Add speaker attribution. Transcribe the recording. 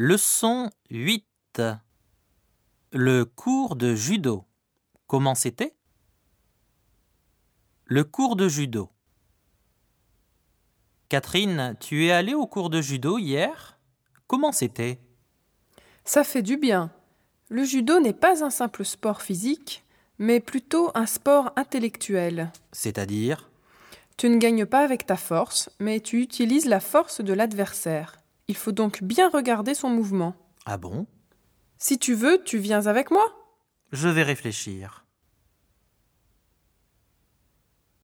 Speaker 1: Leçon 8 Le cours de judo. Comment c'était Le cours de judo. Catherine, tu es allée au cours de judo hier Comment c'était
Speaker 2: Ça fait du bien. Le judo n'est pas un simple sport physique, mais plutôt un sport intellectuel.
Speaker 1: C'est-à-dire
Speaker 2: Tu ne gagnes pas avec ta force, mais tu utilises la force de l'adversaire. Il faut donc bien regarder son mouvement.
Speaker 1: Ah bon
Speaker 2: Si tu veux, tu viens avec moi.
Speaker 1: Je vais réfléchir.